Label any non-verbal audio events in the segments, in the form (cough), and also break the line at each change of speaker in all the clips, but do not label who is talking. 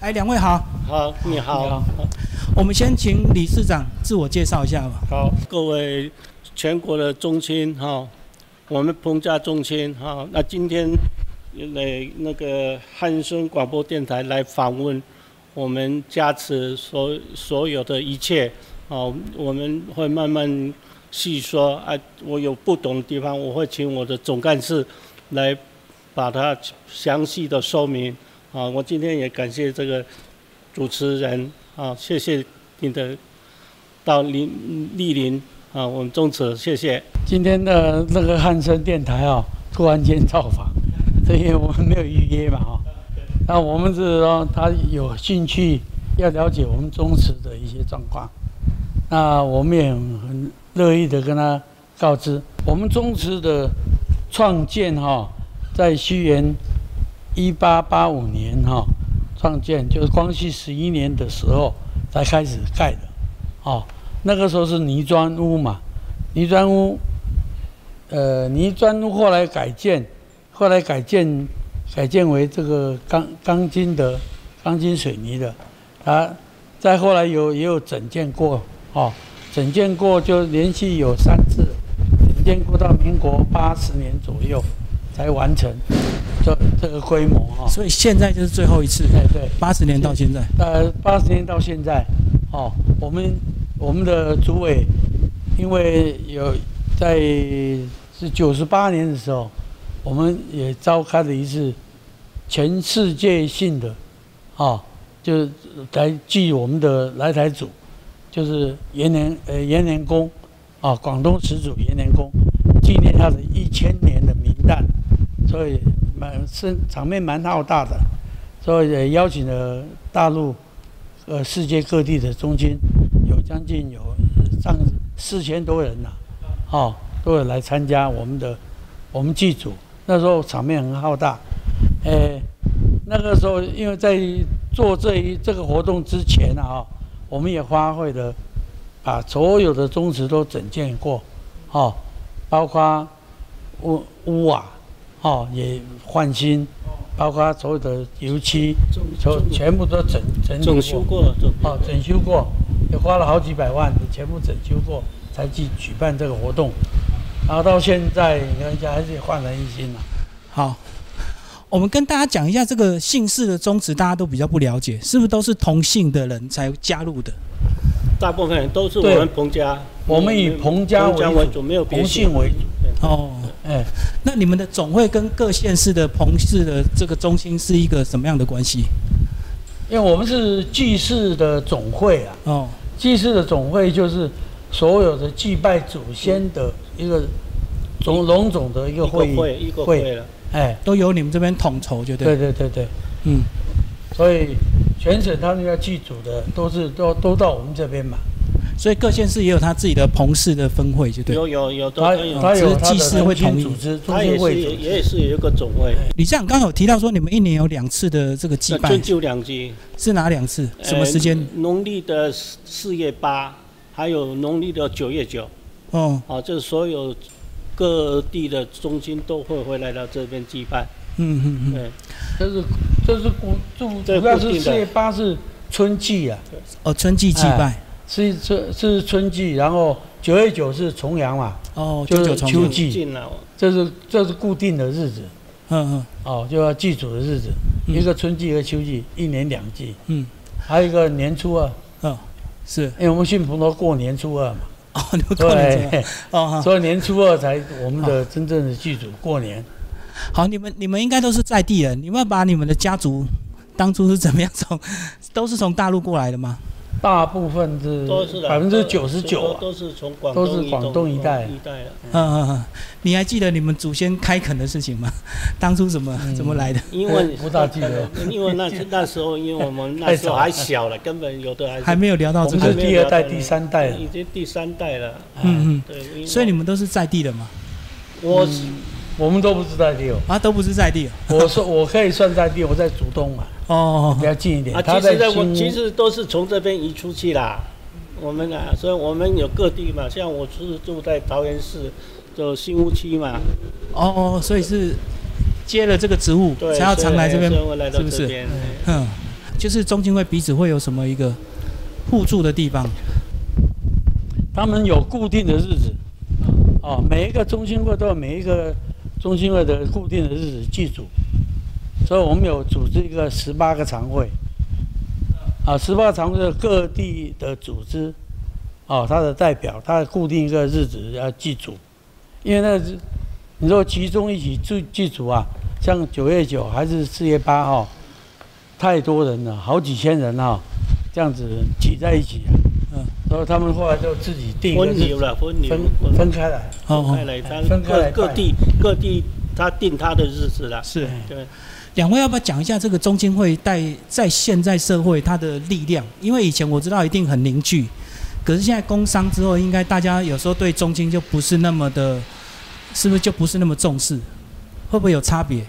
哎，两位好，
好，你好，
你好我们先请理事长自我介绍一下吧。
好，各位全国的中心哈、我们彭家中心哈、那今天来那个汉声广播电台来访问我们加持所所有的一切哦，我们会慢慢细说啊，我有不懂的地方，我会请我的总干事来把它详细的说明啊。我今天也感谢这个主持人啊，谢谢你的到莅莅临啊，我们宗旨谢谢。
今天的那个汉声电台啊、突然间造访， (laughs) 所以我们没有预约嘛哈、那我们是说他有兴趣要了解我们宗祠的一些状况，那我们也很很乐意的跟他告知，我们宗祠的创建哈、在西元一八八五年哈、创建，就是光绪十一年的时候才开始盖的，哦，那个时候是泥砖屋嘛，泥砖屋，呃，泥砖屋后来改建，后来改建改建为这个钢钢筋的钢筋水泥的，啊，再后来有也有整建过哦，整建过就连续有三次，整建过到民国八十年左右才完成这这个规模哈、哦，哎
所以现在就是最后一次，
对对。
八十年到现在，
呃，八十年到现在，哦，我们我们的主委，因为有在是九十八年的时候，我们也召开了一次全世界性的，哦，就是来祭我们的来台主，就是延年呃延年宫，啊、广东始祖延年宫，纪念他的一千年的名诞，所以蛮是场面蛮浩大的。所以也邀请了大陆、呃世界各地的中心，有将近有上四千多人呐、哦，都有来参加我们的我们祭祖。那时候场面很浩大，诶，那个时候因为在做这一这个活动之前啊、哦，我们也花卉的把所有的宗祠都整建过，哦，包括屋屋瓦，哦也换新，包括所有的油漆，所有全部都整整理
整修
过
过，整
哦，整修过，也花了好几百万，全部整修过才去举办这个活动，然后到现在你看一下还是焕然一新了、啊
好，我们跟大家讲一下这个姓氏的宗旨，大家都比较不了解，是不是都是同姓的人才加入的？
大部分人都是我
对
们彭家，
我们以彭家
彭家
为
为
主
主，没有别
同姓为主
对
哦，
哎，
那你们的总会跟各县市的彭氏的这个中心是一个什么样的关系？
因为我们是祭祀的总会啊，
哦，
祭祀的总会就是所有的祭拜祖先的一个总笼总的一
一个
个会议，
会一个会了，
哎，
都由你们这边统筹，就对
对
了。
对对对，
嗯，
所以全省他们要祭祖的都是都都到我们这边嘛。
所以各县市也有他自己的彭氏的分会，就对了。
有有有都
他
都有，
他有
只是
他
祭祀
的
会
中
统
心
一
组织，中
他也
心哎
是
会组
也
织。
也是有一个总会，
李站刚刚有提到说，你们一年有两次的这个祭
那
拜
春，秋两季，
是哪两次？什么时间
呃？？农历的四四月八，还有农历的九月九，
哦，
啊，这所有各地的中心都会回来到这边祭拜。哎
嗯嗯嗯，
对，
这是这是古主
这
主要
固
是
定
四
的
月八是春季啊，
哦，春季祭拜，
是春是春季，然后九月九是重阳嘛，
哦，
就
九
是
九重
秋
阳，
季
进了，
这是这是固定的日子
嗯嗯
哦，就要祭祖的日子，
嗯
一个春季和秋季，一年两季，
嗯，
还有一个年初二，
哦，是，
因为我们信佛都过年初二嘛，
哦，你们过年这样
对，
哦，好
(laughs) 所以年初二才我们的真正的祭祖过年。
好，你们你们应该都是在地人，你们要把你们的家族当初是怎么样从， (laughs) 都是从大陆过来的吗？
大部分是
都是的
嗯百分之
都
九十九啊，
都是从广
都是广东
东
一
一
带
一带的。
嗯嗯嗯，你还记得你们祖先开垦的事情吗？ (laughs) 当初怎么
嗯
怎么来的？
因
(laughs)
为
不大记得，
因为那那时候，因为我们
太
那时
早
候
了
还小了，根本有的还是
还没有聊到
我
这
们
个
是，
没有
第二代、
聊到
第三代了
已。经第三代了。
嗯
对，因为
嗯，所以你们都是在地的嘛？
我是
我们都不是在
(laughs)
地哦。
啊，都不是在地哦
我说我可以算在地，我在竹东嘛，
哦哦。哦
比较近一点。
啊，
他
其实在我
新屋
其实都是从这边移出去啦。我们啊，所以我们有各地嘛，像我是住在桃园市，就新屋区嘛，
哦，所以是接了这个职务
对，
才要常来这边
所以我来，到
是不
这
是？
边。
嗯，就是中亲会彼此会有什么一个互助的地方？
他们有固定的日子，哦，每一个中心会都有每一个中心会的固定的日子祭祖，所以我们有组织一个十八个常会，啊，十八个常会是各地的组织，哦，他的代表，他固定一个日子要祭祖，因为那是你说集中一起祭祭祖啊，像九月九还是四月八号，太多人了，好几千人啊，这样子挤在一起、啊，嗯，然后他们后来就自己定一个
分
日
流
子
了，分流
分分开来。
哦
分开
哦，
来，他
分开来
各各
拜
地各地他定他的日子了，
是。
对，
两位要不要讲一下这个中亲会在在现在社会它的力量？因为以前我知道一定很凝聚，可是现在工商之后，应该大家有时候对中亲就不是那么的，是不是就不是那么重视？会不会有差别？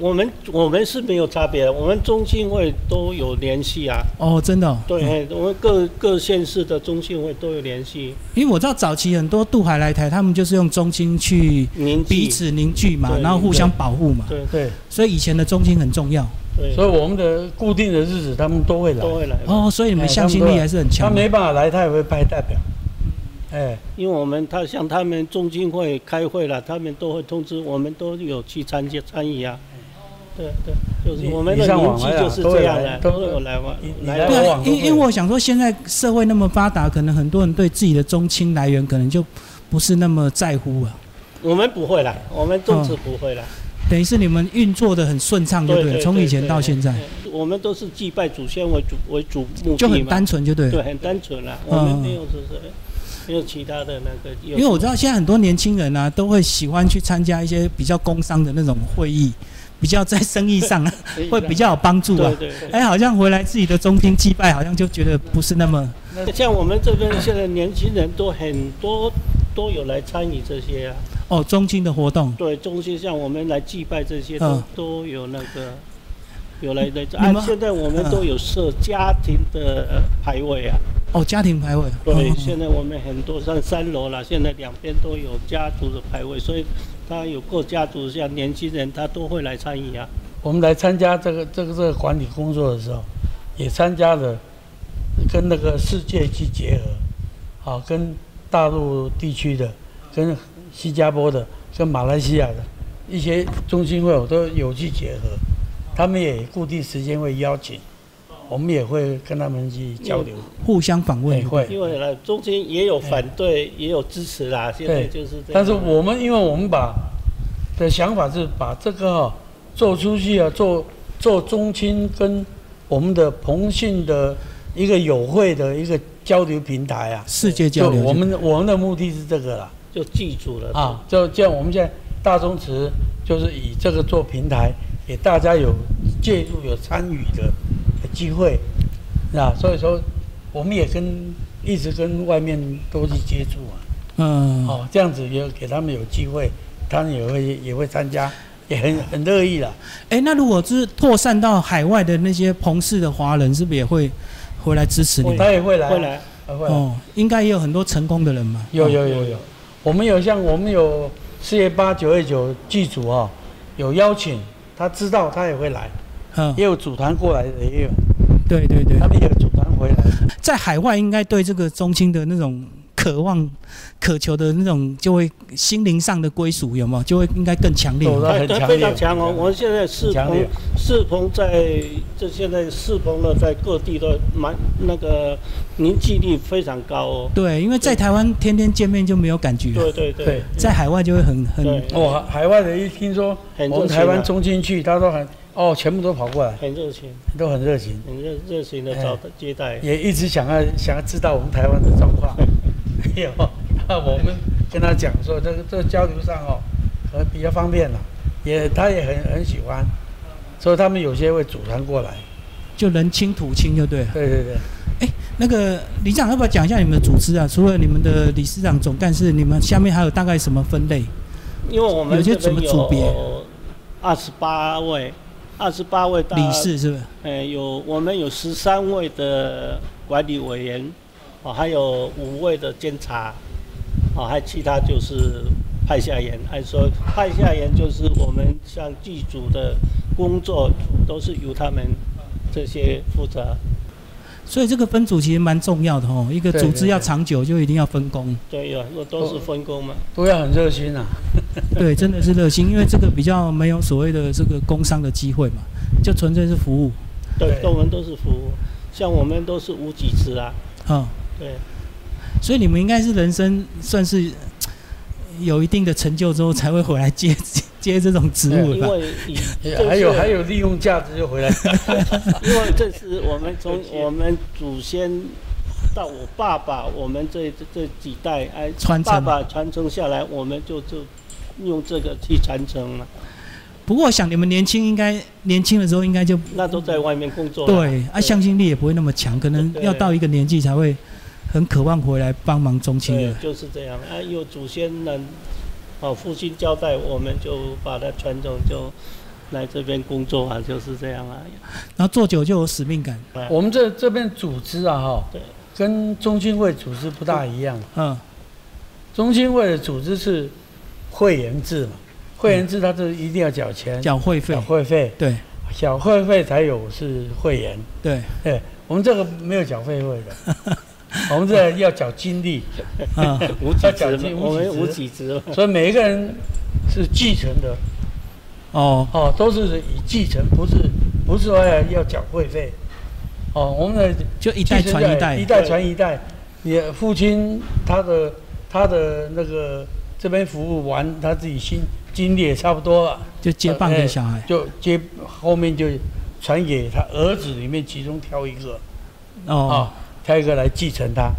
我们我们是没有差别的，我们中心会都有联系啊，
哦，真的、哦，嗯
对，我们各各县市的中心会都有联系，
因为我知道早期很多渡海来台，他们就是用中亲去
年纪
彼此凝聚嘛，
对
然后互相保护嘛，
对
对，
所以以前的中亲很重要
对，
所以我们的固定的日子他们都会来，
都会来，
哦，所以你们
哎
向心
他们
力
都
还是很
他
强啊的。
没办法来，他也会派代表。哎，
因为我们他像他们中心会开会了，他们都会通知我们都有去参加参与啊，对对，就是
你
我们的
你上
年
网
纪
来啊
就是
都
这
会
样
来
的，
都
都有来往
你你
来
来
往
对
往
啊
网，都
因
会
因为我想说，现在社会那么发达，可能很多人对自己的宗亲来源可能就不是那么在乎啊。
我们不会啦，我们种
嗯
植不会啦。
等于是你们运作的很顺畅，就对了。从以前到现在，
对我们都是祭拜祖先为主为主目的嘛
就很单纯，就对了。
对，很单纯啦，我
嗯
们没有什么，没有其他的那个，因
因为我知道现在很多年轻人啊，都会喜欢去参加一些比较工商的那种会议，比较在生意上啊会比较有帮助啊
对。对对。
哎，好像回来自己的宗亲祭拜，好像就觉得不是那么
像我们这边现在年轻人都很多都有来参与这些啊，
哦宗亲的活动。
对，中心像我们来祭拜这些
嗯
都都有那个。有来来，
你
按
们
现在我们
嗯
都有设家庭的呃牌位啊，
哦，家庭排位。
对，
哦
现在我们很多像三楼啦，现在两边都有家族的排位，所以他有各家族像年轻人，他都会来参与啊。
我们来参加这个这个这个管理工作的时候，也参加了跟那个世界去结合，啊，跟大陆地区的、跟新加坡的、跟马来西亚的一些中心会，我都有去结合，他们也固定时间会邀请，我们也会跟他们去交流，
互相访问
也
就对。
会。
因为呢，中间也有反对，也有支持啦，现在
对啊
就是这样。
但是我们因为我们把的想法是把这个、哦、做出去啊，做做中青跟我们的彭信的一个友会的一个交流平台啊。
世界
就
交流。
我们我们的目的是这个啦
就记住了
啊，，就像我们现在大中池就是以这个做平台，给大家有介入有参与的机会啊，所以说我们也跟一直跟外面多去接触啊。
嗯。
哦，这样子也给他们有机会，他们也会也会参加，也很很乐意了。
哎，那如果是扩散到海外的那些彭氏的华人，是不是也会回来支持你们？
他也会来，
会来。
呃，会来。
哦，应该也有很多成功的人嘛。
有有有有，我们有像我们有四月八九月九剧组哦，有邀请，他知道他也会来，
嗯，
也有组团过来的也有，
对对对
他，们也有组团回来。
在海外应该对这个中青的那种渴望、渴求的那种，就会心灵上的归属有没有？就会应该更强烈。
有的
他
啊很
他
强
非
烈
常强哦。我们现在世
很强
鹏
烈
世鹏在这现在世鹏呢，在各地都蛮那个凝聚力非常高哦。
对，因为在台湾天天见面就没有感觉，
对对对
对，
在海外就会很很
对，
哦，海外的一听说
很热情啊
我们台湾中进去，他都很哦，全部都跑过来，
很热情，
都很热情，
很热热情的
哎
招待接待。
也一直想要想要知道我们台湾的状况。 (laughs) 没有，那我们跟他讲说，这个这个交流上哦，呃比较方便了，也他也很很喜欢，所以他们有些会组团过来。
就人亲土亲就对了。
对对对，
那个李长要不要讲一下你们的组织啊？除了你们的理事长、总干事，你们下面还有大概什么分类？
因为我们
有些
这
怎
边
么组别
有二十八位，二十八位大
理，事是不是？
呃，有我们有十三位的管理委员，哦，还有五位的监察，哦，还有其他就是派下员，还说派下员就是我们像剧组的工作都是由他们这些复杂，
所以这个分组其实蛮重要的哦。一个
对
组织
对
要
对
长久，就一定要分工。
对呀、那都是分工嘛。
都要很热心啊。
对，真的是热心，因为这个比较没有所谓的这个工商的机会嘛，就纯粹是服务。
对
对，
我们都是服务，像我们都是无几次啊。
啊、
对，
所以你们应该是人生算是有一定的成就之后，才会回来接接这种职务
因
了吧？
为
(laughs)
以
也
这
还有
是
还有利用价值就回来。
因为这是我们从我们祖先到我爸爸，我们这这这几代哎，
传承
爸爸传承下来，我们就就用这个去传承了。
不过我想你们年轻应该年轻的时候应该就
那都在外面工作了，
对啊，向心力也不会那么强，可能
对
要到一个年纪才会很渴望回来帮忙中青
对
的，。
就是这样。哎，有祖先们哦，父亲交代，我们就把它传承，就来这边工作啊，就是这样
(laughs)
啊。
然后做久就有使命感，
我们这这边组织啊，哈
对，
跟中青会组织不大一样。
嗯，
中青会的组织是会员制嘛，会员制它就是一定要缴钱，
缴会费
嗯缴，会费，
对
缴会费才有是会员。
对，
对，我们这个没有缴会费的，我们这个要缴经历，
嗯，
无几
讲
职
究
嘛，
无
我
几
们无
职
几职嘛。
所以每一个人是继承的
哦，
哦，都是以继承，不是不是说要缴会费。哦，我们的
就一代传一代，
一代传一代。你父亲他的他的那个这边服务完，他自己心经历也差不多了，
就接棒给小孩。
就接后面就传给他儿子里面其中挑一个啊、
哦，
挑一个来继承他。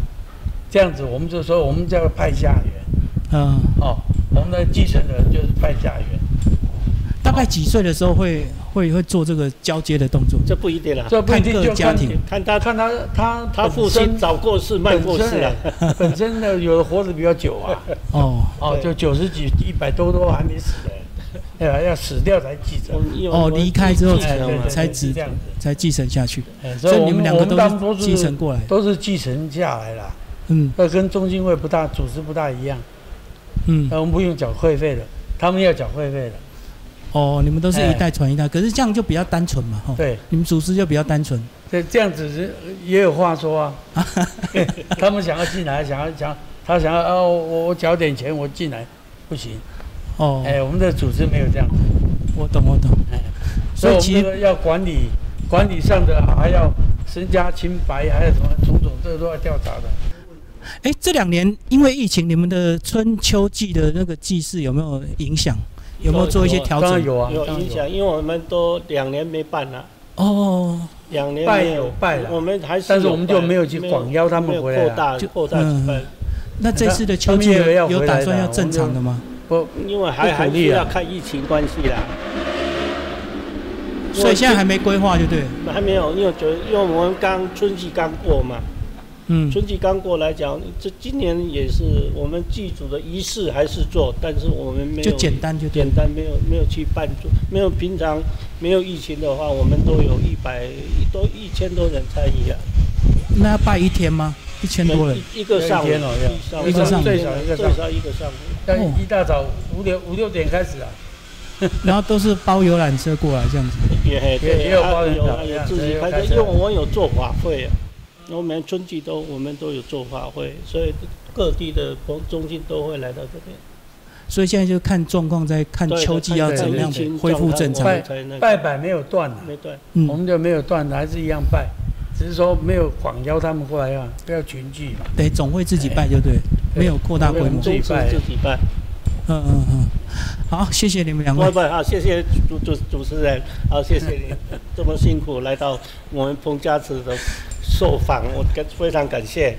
这样子，我们就说我们叫派下员
嗯，
哦，我们的继承人就是派下员。
大概几岁的时候会会会做这个交接的动作？
这不一定啦，
这不一定
看各
就
家
看
庭
看他
看他他
他
本
父
身
亲早过世，慢过世啊
啊 (laughs)
了。
本身哎本身呢，有的活得比较久啊。
哦
哦，
对
就九十几、一百多都还没死
(laughs)
的，哎呀，要死掉才继
我
承，
们有
哦，
我们
离开之后
继承
哎对
嘛
对
才
对
只
是这样子
才继承下去，
哎所
所以
以我
你们
们
两
我
个
们当
都
初
是继承
是
过来的。
都是继承下来啦，
嗯
那跟中心会不大，组织不大一样，
嗯，
那我们不用缴会费了，他们要缴会费了，
哦，你们都是
哎
一代传一代，可是这样就比较单纯嘛，哈。
对，
你们组织就比较单纯，
这这样子是也有话
(laughs)
说啊，他们想要进来，想要想他想要哦，我我缴点钱我进来，不行，
哦，
哎，我们的组织没有这样子，
我懂我懂，
哎，
所
所以
以
我
其
们这
实
个要管理管理上的还要身家清白，还有什么种种，这个都要调查的。
哎，这两年因为疫情，你们的春秋季的那个祭祀有没有影响？有没有做一些调
当然
整？
有啊，
有
当然
影响，因为我们都两年没办了，
哦，
两年
拜
没
有拜了
我们还是有办，
但是我们就没有去广邀他们
没有
回来啊
扩大
就
扩大
嗯
举办，
那这次的秋
他
季
们也要
有有
回来
打
的
算要
我们
正常
就
的吗？
不，
因为还
不
还
鼓
是
励啊
要看疫情关系啦。
所以现在还没规划，就对了，
还还没有，因为觉得因为我们刚春季刚过嘛，
嗯，
春季刚过来讲，这今年也是我们祭祖的仪式还是做，但是我们没有
就简单就对
简
了，
单，没有没有去办桌，没有平常没有疫情的话，我们都有一百都一千多人参与啊，
那要拜一天吗？一千多人，
一一个上午，
一天哦要
一个上午
最少一个
最
最
少
少一个上午，
要
哦
一大早五点五六点开始啊，
然后都是包游览车过来这样子。
也
也也有包人
有
搞
啊
这
有
样
自己
这
开
个开
车，
车
因为我有做法会啊，我们春季都我们都有做法会，所以各地的朋中心都会来到这边。
所以现在就看状况，在看
对
秋季要
看
怎么样
疫情
恢复正常
状态。
拜
才那个
拜拜没有断啊，
没对，
我
嗯，
们就没有断，还是一样拜，只是说没有广邀他们过来啊，不要群聚嘛。
得总会自己拜就对，
对
没有扩大规模
自。己
中是
拜
自己办，
嗯嗯嗯，好，谢谢你们两
不
位。
不好，谢谢主主主持人，好，谢谢你这么辛苦来到我们彭家祠的受访，我感非常感谢。